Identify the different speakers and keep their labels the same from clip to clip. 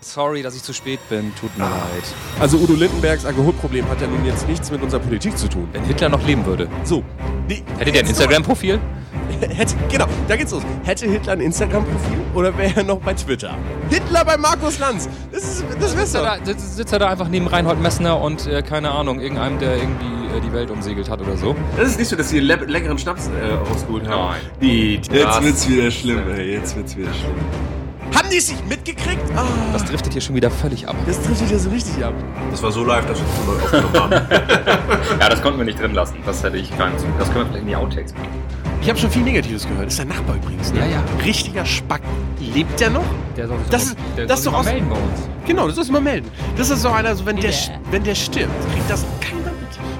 Speaker 1: Sorry, dass ich zu spät bin. Tut mir leid.
Speaker 2: Also Udo Lindenbergs Alkoholproblem hat ja nun jetzt nichts mit unserer Politik zu tun.
Speaker 1: Wenn Hitler noch leben würde.
Speaker 2: So. Nee,
Speaker 1: Hättet ihr ein
Speaker 2: jetzt
Speaker 1: Instagram-Profil?
Speaker 2: noch- Hätte, genau, da geht's los. Hätte Hitler ein Instagram-Profil oder wäre er noch bei Twitter? Hitler bei Markus Lanz. Das, ist, das wär's
Speaker 1: Sitzt er,
Speaker 2: doch.
Speaker 1: da, sitzt sitzt er da einfach neben Reinhold Messner und, äh, keine Ahnung, irgendeinem, der irgendwie äh, die Welt umsegelt hat oder so?
Speaker 3: Das ist nicht so, dass sie le leckeren Schnaps äh, rausgeholt haben.
Speaker 1: Nein.
Speaker 3: Die
Speaker 4: Jetzt wird's wieder schlimm, ey. Jetzt wird's wieder schlimm.
Speaker 2: Haben die es nicht mitgekriegt? Ah,
Speaker 1: Das driftet hier schon wieder völlig ab.
Speaker 2: das trifft wieder so richtig ab.
Speaker 3: Das war so live, dass wir das neu aufgenommen haben.
Speaker 5: Ja, das konnten wir nicht drin lassen. Das hätte ich keinen Zug. Das können wir vielleicht in die Outtakes packen.
Speaker 2: Ich habe schon viel Negatives gehört. Ist der Nachbar übrigens, ne?
Speaker 1: Ja, ja.
Speaker 2: Richtiger Spack. Lebt der noch?
Speaker 1: Der soll sich
Speaker 2: Das ist- das ist
Speaker 1: soll
Speaker 2: doch
Speaker 1: sich
Speaker 2: aus-
Speaker 1: mal melden bei uns.
Speaker 2: Genau, das sollst du mal melden. Das ist so einer, so, wenn, der, sch- wenn der stirbt, kriegt das keiner mit.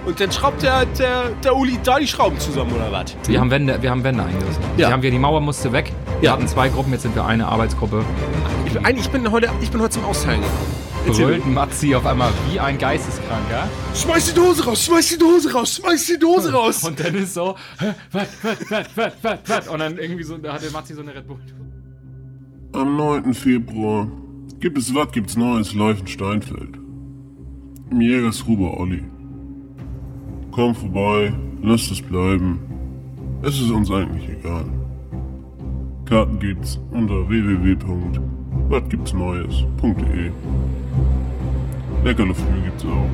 Speaker 2: Und dann schraubt der, der, der Uli da die Schrauben zusammen oder was?
Speaker 1: Wir haben Wände, wir haben Wände eingerissen.
Speaker 2: Ja.
Speaker 1: Wir haben wir die Mauer musste weg. Wir
Speaker 2: Ja.
Speaker 1: hatten zwei Gruppen, jetzt sind wir eine Arbeitsgruppe.
Speaker 2: Ich bin, eigentlich, ich bin heute, ich bin heute zum Austeilen gekommen. Erzähl
Speaker 1: Brüllt Matzi auf einmal wie ein Geisteskranker.
Speaker 2: du. Schmeiß die Dose raus, schmeiß die Dose raus, schmeiß die Dose raus.
Speaker 1: Und dann ist so, "Hä? was, was, was, was, was, was. Und dann irgendwie so, da hatte Matzi so eine Red Bull.
Speaker 6: Am 9. Februar gibt es was gibt's Neues live in Steinfeld. Im Jägershuber Olli. Komm vorbei, lasst es bleiben. Es ist uns eigentlich egal. Karten gibt's unter www.watgibtsneues.de Leckerle Früh E. gibt's auch.